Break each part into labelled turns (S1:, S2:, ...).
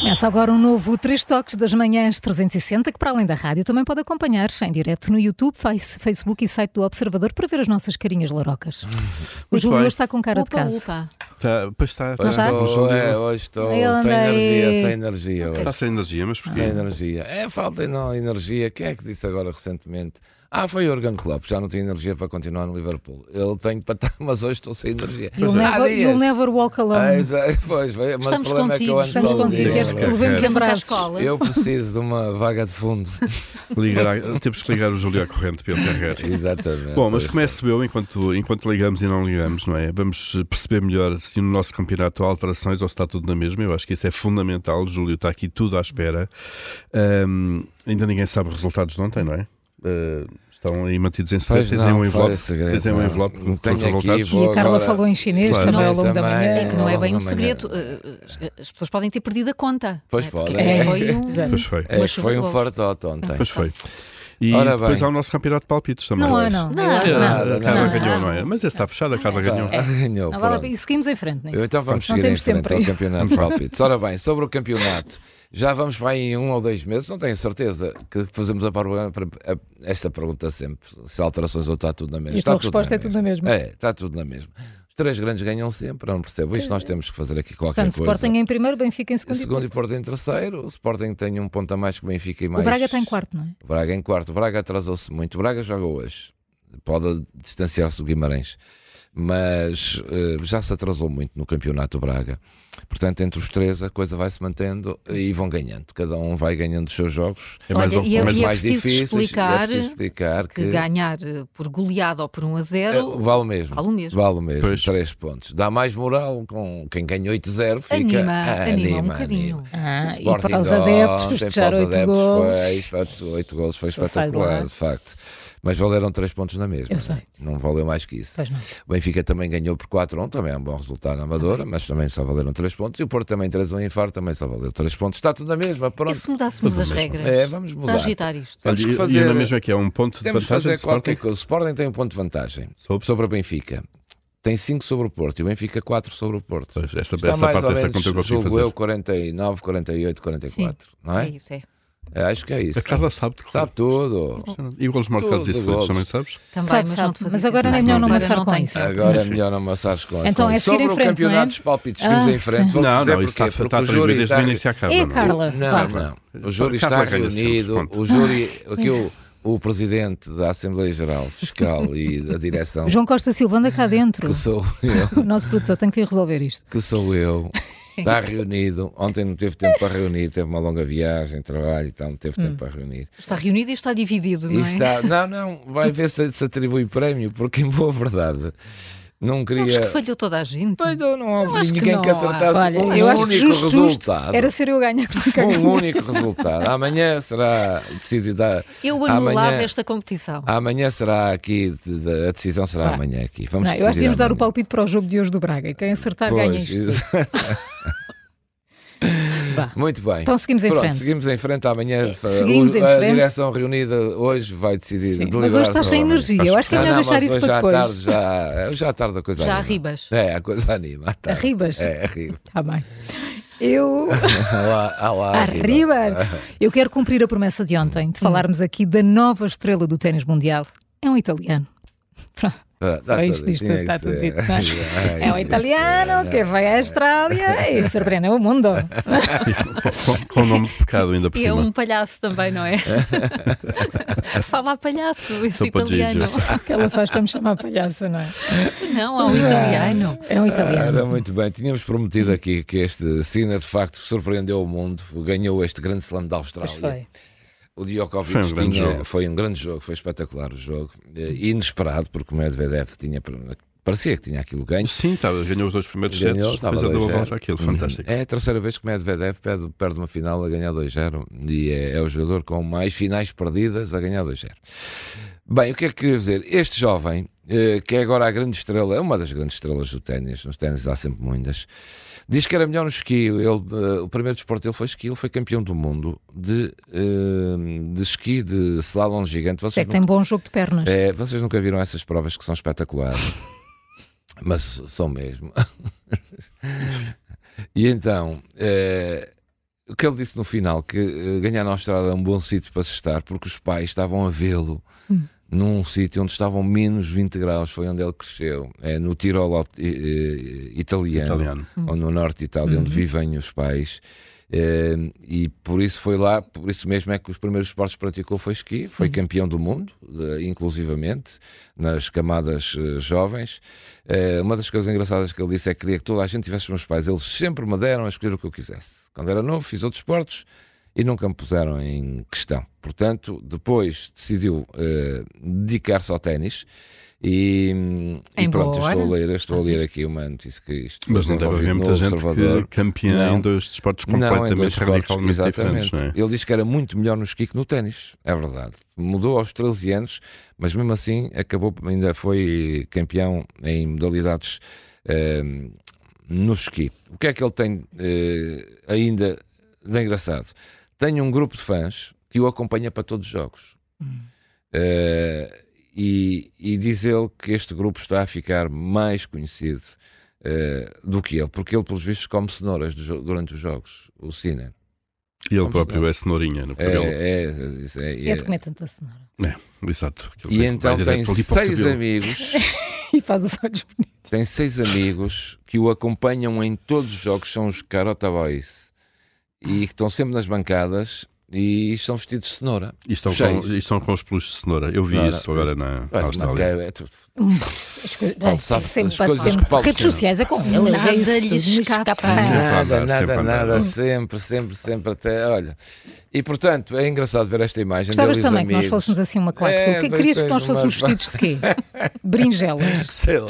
S1: Começa agora um novo Três Toques das Manhãs 360, que para além da rádio também pode acompanhar em direto no YouTube, face- Facebook e site do Observador para ver as nossas carinhas
S2: Hum,
S1: larocas. O
S3: Muito
S1: Júlio
S3: bem.
S1: hoje está com cara de
S4: Upa,
S1: caso.
S4: upa.
S3: Tá, pois está,
S1: Não
S3: está,
S1: Hoje está?
S3: Hoje é
S2: Estou,
S3: um
S2: é,
S3: dia-
S1: Eu
S2: hoje estou sem
S1: andei-
S2: energia, sem energia. hoje.
S3: está tá sem energia, mas porquê?
S2: Sem energia. É falta não energia. Quem é que disse agora recentemente? Ah, foi o Jurgen Klopp, já não tinha energia para continuar no Liverpool. Eu tenho para estar, mas hoje estou sem energia.
S1: You'll,
S3: é.
S2: Há
S1: never,
S2: dias.
S1: you'll never walk
S2: é. Ah,
S1: alone.
S2: exa- pois, mas
S4: Estamos
S2: o problema é que eu
S4: contigo,
S2: ando
S4: estamos
S2: sozinho.
S1: contigo.
S3: dias.
S1: Queres que levemos
S3: Queres
S1: em
S4: ir para a
S1: braços?
S4: escola?
S2: Eu preciso de uma vaga de fundo.
S3: Ligar à- temos que ligar o Júlio à corrente pelo carreira.
S2: Exatamente.
S3: Bom, mas é
S2: É, Pois. tá.
S3: começo eu enquanto, enquanto ligamos e não ligamos, não é? Vamos eh, perceber melhor se no nosso campeonato há alterações ou se está tudo na mesma. Eu acho que isso é fundamental. O Júlio está aqui tudo à espera. Ahm, ainda ninguém sabe os resultados de ontem, não é? Ah, estão aí mantidos em segredo.
S2: Pois
S3: Tens aí
S2: não,
S3: um envelope.
S2: faz segredo,
S3: Tens aí um
S2: não. é?
S3: envelope com
S2: Tenho
S3: todos os
S2: aqui,
S3: resultados.
S1: E
S2: vou
S1: a Carla
S2: agora-
S1: falou em chinês
S3: Claro.
S1: também ao longo da
S2: Também.
S1: manhã.
S4: É que não é
S2: Ao
S4: bem um
S2: longo da manhã.
S4: segredo. eh, eh, As pessoas podem ter perdido a conta.
S2: Pois
S4: não é? Porque
S2: podem.
S4: Foi
S3: Pois
S4: um.
S3: foi.
S2: É,
S4: Uma chuva
S2: foi
S4: de
S2: um
S4: golos.
S2: forte auto ontem.
S3: Pois foi. E
S2: Ora
S3: depois
S2: bem.
S3: há o nosso campeonato de palpites também.
S1: Não há,
S3: acho.
S1: não.
S4: Não,
S1: Eu acho que
S3: É,
S4: não.
S1: não.
S3: a Carla
S4: Não.
S3: ganhou, não é? Mas esse está fechado, a Carla ganhou.
S2: Ah, ganhou,
S1: Não vale a
S2: pronto.
S1: pena. E seguimos em frente, não é?
S2: Então vamos
S1: Não
S2: seguir em
S1: temos tempo
S2: frente ao
S1: para isso.
S2: campeonato de palpites. Ora bem, sobre o campeonato, já vamos para aí em um ou dois meses, não tenho certeza que fazemos a parba- a- esta pergunta sempre, se há alterações ou está tudo na mesma.
S1: E a
S2: Está
S1: tua resposta é tudo na mesma.
S2: É, está tudo na mesma. Os três grandes ganham sempre, eu não percebo isto, nós temos que fazer aqui qualquer
S1: é. Portanto,
S2: coisa.
S1: Sporting em primeiro, Benfica em segundo. e
S2: Segundo e
S1: Porto.
S2: Porto em terceiro, o Sporting tem um ponto a mais que o Benfica e mais.
S1: O Braga está em quarto, não é?
S2: O Braga em quarto. O Braga atrasou-se muito. O Braga joga hoje. Pode distanciar-se do Guimarães. Mas eh, já se atrasou muito no campeonato o Braga. Portanto, entre os três a coisa vai se mantendo e vão ganhando. Cada um vai ganhando os seus jogos.
S3: É mais
S4: Olha,
S3: um-
S4: e é-
S3: mais
S4: e
S2: Uns
S3: um-
S4: é-
S2: mais
S4: preciso
S2: difíceis. e
S4: explicar
S2: é preciso explicar que,
S4: Que ganhar eh, por goleado ou por 1 a
S2: eh,
S4: 0
S2: vale o mesmo.
S4: vale o mesmo.
S2: Vale o mesmo.
S3: Pois.
S2: Três pontos. Dá mais moral com quem ganha 8-0. Fica...
S4: anima, anima
S2: Ah,
S4: um
S2: anima,
S4: bocadinho.
S2: anima.
S1: Ah, e
S2: Sporting
S1: para os
S2: de
S1: adeptos,
S2: ontem,
S1: festejar
S2: para os
S1: oito
S2: adeptos
S1: gols.
S2: Foi, espeto- oito gols foi
S1: Não sai de lá.
S2: espetacular, de facto. Mas valeram três pontos na mesma.
S1: Eu
S2: não é?
S1: sei.
S2: Não valeu mais que isso.
S1: Pois não.
S2: O Benfica também ganhou por 4-1, também é um bom resultado na Amadora, mas também só valeram três pontos. E o Porto também 3-1 em Faro, também só valeu três pontos. Está tudo na mesma,
S4: E
S2: pronto.
S4: se mudássemos as regras?
S2: É, vamos
S4: Para
S2: mudar.
S4: agitar isto.
S2: Temos
S3: Olha,
S2: que
S3: e-
S2: fazer-
S3: E na mesma que é um ponto de
S2: Temos que
S3: vantagem
S2: fazer
S3: do Sporting.
S2: qualquer coisa. O Sporting tem um ponto de vantagem
S3: Sobre-
S2: sobre o Benfica. Tem 5 sobre o Porto e o Benfica 4 sobre o Porto.
S3: Pois, esta,
S2: Está
S3: essa é
S2: mais
S3: parte
S2: ou
S3: dessa
S2: menos,
S3: conta eu consigo
S2: julgo
S3: fazer.
S2: eu, 49, 48, 44, não
S4: É
S2: é?
S4: isso, é.
S2: É, Acho que é isso.
S3: A Carla sabe de
S2: Sabe tudo.
S3: tudo. E golos marcados
S2: Tudo,
S3: e sofridos,
S2: golos.
S3: também sabes?
S4: Também,
S1: Sabe,
S4: mas
S1: sabe.
S4: não te fazes
S1: Mas agora
S4: pensar.
S3: nem melhor não
S4: Agora
S1: amassar com
S4: tenho
S1: isso.
S2: Agora é melhor amassares com
S1: Então
S2: com-
S1: é seguir
S2: Sobre
S1: em
S2: o
S1: frente, não é?
S2: campeonato dos palpites, seguimos
S1: Ah,
S2: em frente. Vou
S3: Não,
S2: dizer
S3: não, isso
S2: porquê,
S3: está,
S2: porque
S3: está
S2: o júri
S3: atribuído desde o
S2: está-
S3: início à Carla.
S1: É a
S3: não
S1: Carla.
S2: Não,
S1: Vá.
S2: não. O júri
S3: Carla
S2: está
S3: ganha sempre,
S2: reunido.
S3: ponto.
S2: O júri, aqui
S1: é.
S2: o, o presidente da Assembleia Geral Fiscal e da direção,
S1: João Costa Silva anda
S2: Ah,
S1: cá dentro.
S2: que sou eu,
S1: O nosso produtor tem que ir resolver isto.
S2: que sou eu, está reunido. Ontem não teve tempo para reunir, teve uma longa viagem, trabalho e tal, não teve
S1: Hum.
S2: tempo para reunir.
S4: Está reunido e está dividido,
S2: E
S4: não é?
S2: está, não, não, vai ver se se atribui prémio, porque em boa verdade não
S4: Acho que
S2: queria.
S4: falhou toda a gente.
S2: Pois não, não houve
S4: acho que
S2: ninguém que
S4: não há.
S2: acertasse
S1: Olha,
S2: um
S1: eu acho que
S2: único
S1: justo, justo
S2: resultado.
S1: era ser eu a ganhar.
S2: Um único resultado. Amanhã será decidida.
S4: Eu anulava
S2: amanhã, Ah,
S4: esta competição.
S2: Amanhã será aqui, de- de- a decisão será
S1: Vá.
S2: amanhã aqui. Vamos
S1: Não, eu acho que
S2: decidir
S1: devíamos dar o
S2: amanhã.
S1: palpite para o jogo de hoje do Braga. E Quem acertar ganha
S2: Pois,
S1: isto.
S2: isso.
S1: Vá.
S2: Muito bem.
S1: Então seguimos em
S2: Pronto,
S1: frente. É,
S2: seguimos em frente amanhã. eh,
S1: seguimos
S2: o-
S1: em
S2: a
S1: frente.
S2: direção reunida hoje vai decidir.
S1: Sim,
S2: deliberar
S1: Mas hoje estás sem
S2: sobre-
S1: energia. Eu acho que é
S2: Ah, Não,
S1: melhor
S2: não,
S1: deixar
S2: mas
S1: isso
S2: hoje
S1: para
S2: já à
S1: depois.
S2: Tarde, já, já à tarde a coisa
S4: Já
S2: anima.
S4: arribas.
S2: É, a coisa anima. à tarde.
S1: Arribas.
S2: É, arriba.
S1: Está bem. Eu.
S2: Alá, alá,
S1: Arriba! Eu quero cumprir a promessa de ontem,
S2: Hum.
S1: de falarmos aqui da nova estrela do ténis mundial. É um italiano. Pronto.
S2: Ah,
S1: Só
S2: tá tudo,
S1: isto, isto
S2: tinha
S1: está
S2: que
S1: tudo
S2: ser.
S1: dito. não é?
S2: Ai,
S1: É um
S2: isto,
S1: italiano que vai
S2: é.
S1: à Austrália e surpreende o mundo.
S3: E com- com- Com o nome de pecado ainda por
S4: E é
S3: cima.
S4: um palhaço também, não é? Fala a palhaço, esse
S3: Sopa de
S4: italiano. Ah,
S1: que ela faz para me chamar palhaça, não é?
S4: Não, há um italiano.
S1: É um
S2: Ah, Era
S1: italiano.
S2: muito bem, tínhamos prometido aqui que este Cena de facto surpreendeu o mundo, ganhou este grande slam da
S1: Pois
S2: Austrália.
S1: foi.
S2: O
S3: Foi
S2: Djokovic
S3: um grande
S2: tinha-
S3: jogo.
S2: foi um grande jogo, foi espetacular o jogo, eh, inesperado, porque o Medvedev tinha pre- Parecia que tinha aquilo ganho.
S3: Sim, tá, ganhou os dois primeiros
S2: Ganhou,
S3: sets,
S2: estava
S3: depois andou a
S2: 2-0.
S3: volta àquilo, fantástico.
S2: É a terceira vez que Medvedev perde, perde uma final a ganhar 2-0 e é, é o jogador com mais finais perdidas a ganhar 2-0. Bem, o que é que queria dizer? Este jovem, eh, que é agora a grande estrela, é uma das grandes estrelas do ténis, nos ténis há sempre muitas, diz que era melhor no esqui. Ele, eh, o primeiro desporto dele foi esqui, ele foi campeão do mundo de, eh, de esqui, de slalom gigante. Vocês
S1: É que tem bom jogo de pernas.
S2: é, vocês nunca viram essas provas que são espetaculares, mas são mesmo. e então, eh, o que ele disse no final, que eh, ganhar na Austrália é um bom sítio para se estar, porque os pais estavam a vê-lo num sítio onde estavam menos 20 graus, foi onde ele cresceu, é, no Tirolo eh, eh, italiano
S3: Italiano.
S2: ou no norte de Itália, onde vivem os pais. Eh, e por isso foi lá, por isso mesmo é que os primeiros esportes que praticou foi esqui, foi campeão do mundo, eh, inclusivamente, nas camadas eh, jovens. Eh, uma das coisas engraçadas que ele disse é que queria que toda a gente tivesse os meus pais, eles sempre me deram a escolher o que eu quisesse. Quando era novo, fiz outros esportes e nunca me puseram em questão. Portanto, depois decidiu eh, dedicar-se ao ténis. E, hum, e
S4: Em boa
S2: pronto, eu estou a
S4: hora.
S2: ler, eu estou a ler aqui uma notícia que é isto
S3: Mas não deve haver muita gente que campeã
S2: Não.
S3: em dois esportes
S2: não, em
S3: completamente
S2: dois esportes,
S3: radicalmente
S2: exatamente.
S3: diferentes, não é?
S2: Ele disse que era muito melhor no esqui que no ténis, é verdade. Mudou aos 13 anos, mas mesmo assim acabou, ainda foi campeão em modalidades eh, no esqui. O que é que ele tem eh, ainda de engraçado? Tem um grupo de fãs que o acompanha para todos os jogos. Eh, e, e diz ele que este grupo está a ficar mais conhecido eh, do que ele, porque ele, pelos vistos, come cenouras do jo- durante os jogos, o Cine.
S3: E ele
S2: Vamos
S3: próprio
S2: lá.
S3: é cenourinha no
S2: É,
S3: cabelo.
S2: é, isso é-
S1: É de comer tanta cenoura.
S3: Exato. Aquilo
S2: E
S3: vai
S2: então
S3: direto
S2: tem
S3: ali para o
S2: seis
S3: cabelo.
S2: amigos,
S1: E faz os olhos bonitos.
S2: tem seis amigos que o acompanham em todos os jogos, são os Carota Boys, e que estão sempre nas bancadas e estão vestidos de cenoura.
S3: E estão,
S2: Seis.
S3: com, e estão com os peluches de cenoura. Eu vi
S2: Ora,
S3: isso agora na, na
S2: Parece uma
S3: Austrália.
S2: cara- é tudo-
S1: As coisas-
S2: Paulo
S1: é,
S2: sabe-
S1: sempre
S2: Tá, as coisas
S1: batendo.
S2: que Paulo
S1: Redes
S2: sabe.
S1: sociais é com ele.
S4: Nada
S1: é isso,
S4: lhe
S1: tudo me
S4: escapa.
S1: escapa.
S3: Sempre a
S2: Nada,
S3: andar, sempre
S2: nada,
S3: a andar.
S2: nada, sempre, sempre, sempre até. Olha, e portanto é engraçado ver esta imagem.
S1: Gostavas
S2: deles
S1: também que nós
S2: amigos.
S1: fôssemos assim uma claque.
S2: É,
S1: o que é que
S2: dois
S1: querias que nós
S2: coisas,
S1: fôssemos
S2: mas-
S1: vestidos de quê? Brinjelas.
S2: Sei lá.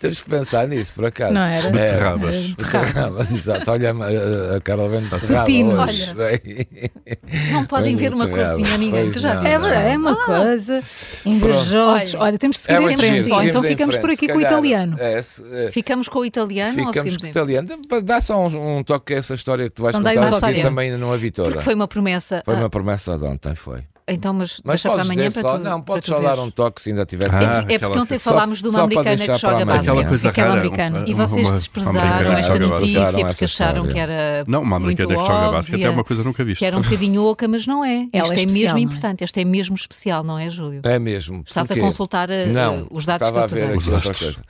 S2: Temos que pensar nisso, por acaso.
S1: Não era?
S3: Beterrabas.
S1: Era beterrabas.
S2: Beterrabas, exato. Olha, a, a Carla vem beterraba
S1: Pepinos.
S2: hoje. Bem,
S4: Não podem
S2: Bem
S4: ver uma
S2: detalhado.
S4: coisinha a ninguém.
S2: Pois
S4: Tu já
S2: não.
S4: viste?
S1: É verdade, é uma coisa. Invejosos.
S4: Ah. Olha,
S1: Olha, temos de seguir
S2: muito
S1: em
S2: giro,
S1: frente.
S2: seguimos
S1: então
S2: em
S1: ficamos por
S2: frente.
S1: aqui
S2: é Se
S1: com o
S2: calhar,
S1: italiano.
S2: é, se, é,
S4: Ficamos com o italiano ou
S2: ficamos
S4: seguimos
S2: com o
S4: em
S2: italiano. Dá só um, um toque a essa história que tu vais
S4: Então dá aí
S2: contar,
S4: uma
S2: porque
S4: história.
S2: também ainda não a vi toda.
S4: Porque foi uma promessa.
S2: Foi
S4: Ah,
S2: uma promessa de ontem, foi.
S4: Então, mas,
S2: Mas
S4: deixa para
S2: podes
S4: amanhã
S2: dizer
S4: para
S2: só,
S4: tu.
S2: não,
S4: para
S2: podes
S4: tu
S2: só dar
S4: veres.
S2: um toque se ainda tiver
S3: Ah,
S2: tempo.
S4: É, é
S3: aquela-
S4: porque ontem
S2: só-
S4: falámos de uma
S2: só para
S4: americana que
S2: deixar para
S4: joga
S2: amanhã.
S4: basquete.
S3: Aquela coisa
S1: Aquela
S3: rara. é?
S1: americana.
S3: uma-
S4: E vocês
S3: uma- uma
S4: desprezaram
S3: americana
S4: esta
S3: que joga basquete.
S2: Desprezaram
S4: notícia
S2: essa
S4: porque acharam
S2: história.
S4: que era.
S3: Não, uma
S4: muito
S3: americana que joga
S4: óbvia,
S3: basquete é uma coisa nunca
S4: Que
S3: vista.
S4: era um bocadinho oca, mas não é.
S1: Ela
S4: Esta
S1: é
S4: é,
S1: especial,
S4: mesmo
S1: não é?
S4: importante, esta é mesmo especial, não é, Júlio?
S2: É mesmo.
S4: Estás a
S2: Porquê?
S4: consultar eh,
S2: Não,
S4: os dados que
S2: estava
S4: eu
S2: a
S4: te
S2: ver
S4: dei.
S2: aqui outra
S3: Os dados.
S2: coisa.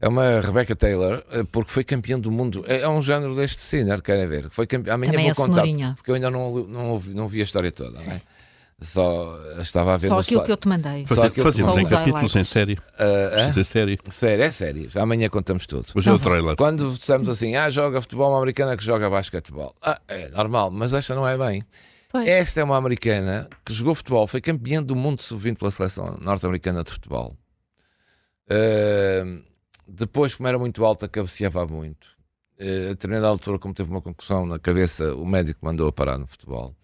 S2: É uma Rebecca Taylor, eh, porque foi campeã do mundo. É é um género deste cenário, querem ver. Foi campe... Amanhã
S4: Também
S2: vou
S4: é
S2: contar,
S4: cenourinha.
S2: porque eu ainda não, ouvi- não, ouvi- não vi a história toda. Não é? Só estava a ver
S4: Só
S2: no
S4: aquilo
S2: site.
S4: que eu te mandei.
S2: Só aquilo-
S3: Fazíamos
S2: só
S3: em
S4: os
S3: capítulos,
S4: highlights.
S3: em série.
S2: Ah,
S3: Fazer série.
S2: é? Sério, é sério. Amanhã contamos tudo.
S3: Hoje é o trailer.
S2: Quando dissemos assim, ah, joga futebol uma americana que joga basquetebol. Ah, é normal, mas esta não é bem.
S4: Pois.
S2: Esta é uma americana que jogou futebol, foi campeã do mundo sub-20 pela seleção norte-americana de futebol. Ahm, depois, como era muito alta, cabeceava muito. Eh, a determinada altura, como teve uma concussão na cabeça, o médico mandou-a parar no futebol.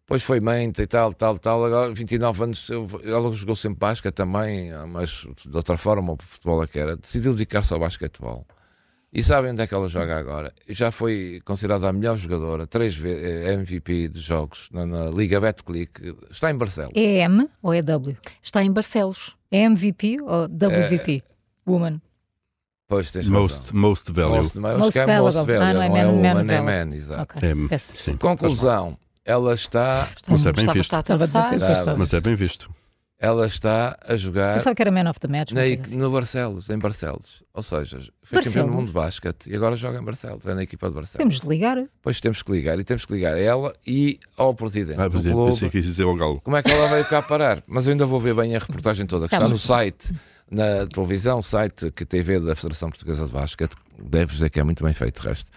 S2: Depois foi mãe e tal, tal, tal. Agora, 29 anos, eu- ela jogou sempre basca também, ah, mas de outra forma, o futebol é que era. Decidiu dedicar-se ao basquetebol. E sabem onde é que ela joga agora? Já foi considerada a melhor jogadora, três eh, vezes MVP de jogos na, na Liga Betclic. Está em Barcelos.
S1: É M ou é W?
S4: Está em Barcelos.
S1: É MVP ou WVP?
S2: É.
S1: Woman.
S2: Pois tens
S3: Most, most
S2: razão.
S3: value.
S2: mas
S1: Most
S2: que é
S1: valuable.
S2: Most Value,
S1: Ah,
S2: não é
S1: man,
S2: Woman,
S1: man
S2: é
S1: value.
S2: Man, exato.
S1: Ok.
S3: É,
S1: Peço.
S3: sim.
S2: Conclusão, ela está,
S4: Está,
S3: Mas é bem
S4: está,
S3: visto.
S4: está a
S1: Estava a dizer
S4: atravessar.
S2: Tá,
S1: que gostava.
S3: Mas é bem visto.
S2: ela está a jogar
S1: Pensava que era Man of the Match.
S2: na,
S1: uma coisa assim.
S2: no Barcelos, em Barcelos. Ou seja, foi campeão
S1: Barcelos.
S2: do mundo de basquete e agora joga em Barcelos, é na equipa de Barcelos.
S1: Temos de ligar.
S2: Pois temos que ligar, e temos que ligar a ela e ao presidente
S3: Ah,
S2: do
S3: eu
S2: clube.
S3: pensei que ia dizer ao galo.
S2: como é que ela veio cá parar. Mas eu ainda vou ver bem a reportagem toda, que
S1: Tá
S2: está
S1: bom.
S2: no site, na televisão, site que TV da Federação Portuguesa de Basquete. Deves dizer que é muito bem feito, de resto.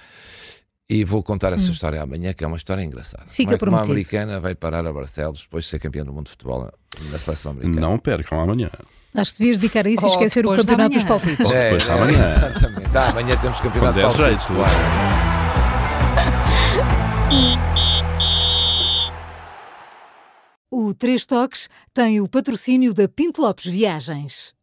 S2: E, E vou contar essa história amanhã, que é uma história engraçada.
S1: Hum. Fica
S2: Como é que uma
S1: prometido.
S2: americana vai parar a Barcelos depois de ser campeã do mundo de futebol na seleção americana.
S3: Não percam amanhã.
S1: Acho que devias dedicar a isso e
S4: Oh,
S1: esquecer o
S4: depois da
S1: campeonato dos
S4: manhã.
S1: palpites.
S3: Bom, depois está amanhã.
S2: Exatamente. Ah, amanhã temos campeonato
S3: Com dez
S2: de palpites,
S3: jeito.
S2: claro.
S1: O Três Toques tem o patrocínio da Pinto Lopes Viagens.